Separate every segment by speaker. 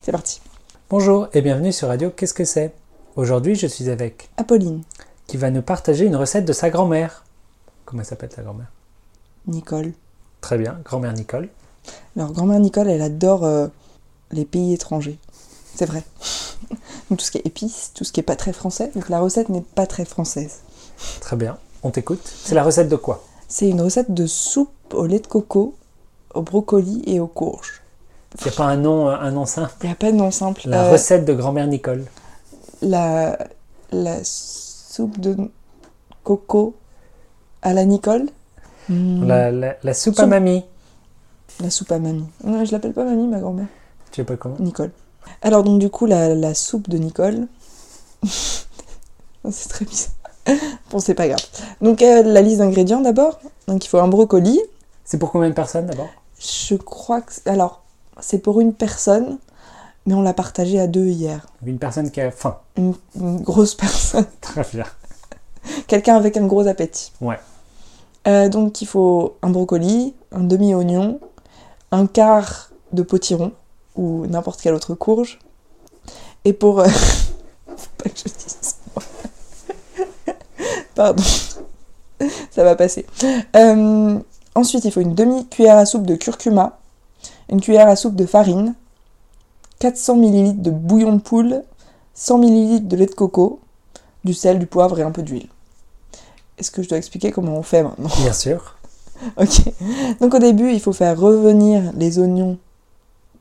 Speaker 1: C'est parti.
Speaker 2: Bonjour et bienvenue sur Radio Qu'est-ce que c'est Aujourd'hui, je suis avec
Speaker 1: Apolline,
Speaker 2: qui va nous partager une recette de sa grand-mère. Comment elle s'appelle ta grand-mère
Speaker 1: Nicole.
Speaker 2: Très bien, grand-mère Nicole.
Speaker 1: Alors, grand-mère Nicole, elle adore euh, les pays étrangers. C'est vrai. donc, tout ce qui est épices, tout ce qui est pas très français. Donc, la recette n'est pas très française.
Speaker 2: Très bien, on t'écoute. C'est la recette de quoi
Speaker 1: C'est une recette de soupe au lait de coco, au brocoli et aux courges.
Speaker 2: Il n'y a pas un nom, euh, un nom simple.
Speaker 1: Il n'y a pas de nom simple.
Speaker 2: La
Speaker 1: Euh,
Speaker 2: recette de grand-mère Nicole.
Speaker 1: la, la soupe de coco à la Nicole. Hmm, la...
Speaker 2: La, la- la soupe à
Speaker 1: Soupe.
Speaker 2: mamie.
Speaker 1: soupe à mamie. Non, je l'appelle pas mamie, ma grand-mère.
Speaker 2: Je sais pas comment.
Speaker 1: Nicole. Alors donc du coup la, la soupe de Nicole. Non, c'est très bizarre. Bon c'est pas grave. Donc euh, la liste d'ingrédients d'abord. Donc il faut un brocoli.
Speaker 2: C'est pour combien de personnes d'abord
Speaker 1: Je crois que c'est- alors c'est pour une personne, mais on l'a partagé à deux hier.
Speaker 2: Une personne qui a faim.
Speaker 1: Une, une grosse personne,
Speaker 2: Très bien.
Speaker 1: quelqu'un avec un gros appétit.
Speaker 2: Ouais.
Speaker 1: Euh, donc il faut un brocoli, un demi oignon, un quart de potiron ou n'importe quelle autre courge. Et pour euh, faut pas que je dise ce mot. Pardon. Ça va passer. Euh, ensuite, il faut une demi-cuillère à soupe de curcuma, une cuillère à soupe de farine, 400 ml de bouillon de poule, 100 ml de lait de coco, du sel, du poivre et un peu d'huile. Est-ce que je dois expliquer comment on fait maintenant
Speaker 2: Bien sûr.
Speaker 1: Ok. Donc au début, il faut faire revenir les oignons.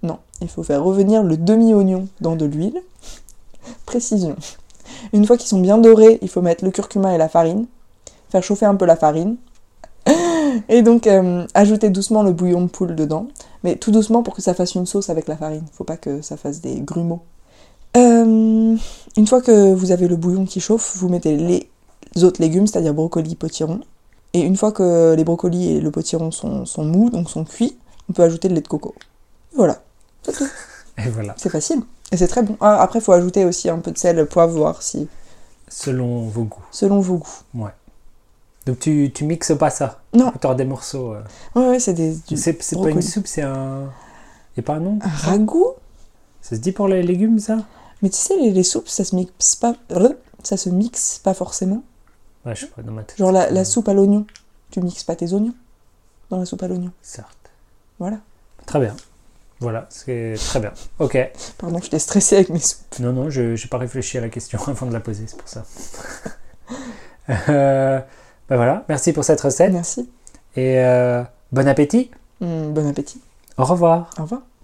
Speaker 1: Non, il faut faire revenir le demi-oignon dans de l'huile. Précision. Une fois qu'ils sont bien dorés, il faut mettre le curcuma et la farine. Faire chauffer un peu la farine. Et donc euh, ajouter doucement le bouillon de poule dedans. Mais tout doucement pour que ça fasse une sauce avec la farine. Faut pas que ça fasse des grumeaux. Euh, une fois que vous avez le bouillon qui chauffe, vous mettez les autres légumes, c'est-à-dire brocoli, potiron. Et une fois que les brocolis et le potiron sont, sont mous, donc sont cuits, on peut ajouter le lait de coco. Voilà,
Speaker 2: Et voilà.
Speaker 1: c'est facile. Et c'est très bon. Ah, après, il faut ajouter aussi un peu de sel, poivre, voir si,
Speaker 2: Selon vos goûts.
Speaker 1: selon vos goûts.
Speaker 2: Donc tu, tu mixes pas ça
Speaker 1: Non.
Speaker 2: Tu des morceaux. euh.
Speaker 1: Ouais, ouais, c'est des, du
Speaker 2: C'est c'est pas
Speaker 1: brocoli.
Speaker 2: une soupe, c'est un. Il a pas un nom
Speaker 1: un ragoût.
Speaker 2: Ça se dit pour les légumes, ça
Speaker 1: Mais tu sais, les, les soupes, ça se mixe pas, ça se mixe pas forcément.
Speaker 2: Ouais, je sais pas, dans ma tête.
Speaker 1: Genre la, la
Speaker 2: Euh,
Speaker 1: soupe à l'oignon, tu mixes pas tes oignons dans la soupe à l'oignon.
Speaker 2: Certes.
Speaker 1: Voilà.
Speaker 2: Très bien. Voilà, c'est très bien. Ok.
Speaker 1: Pardon, je t'ai stressé avec mes soupes.
Speaker 2: Non, non, je n'ai pas réfléchi à la question avant de la poser, c'est pour ça. Euh, ben voilà, merci pour cette recette
Speaker 1: Merci.
Speaker 2: et euh, bon appétit.
Speaker 1: Hum, bon appétit.
Speaker 2: Au revoir.
Speaker 1: Au revoir.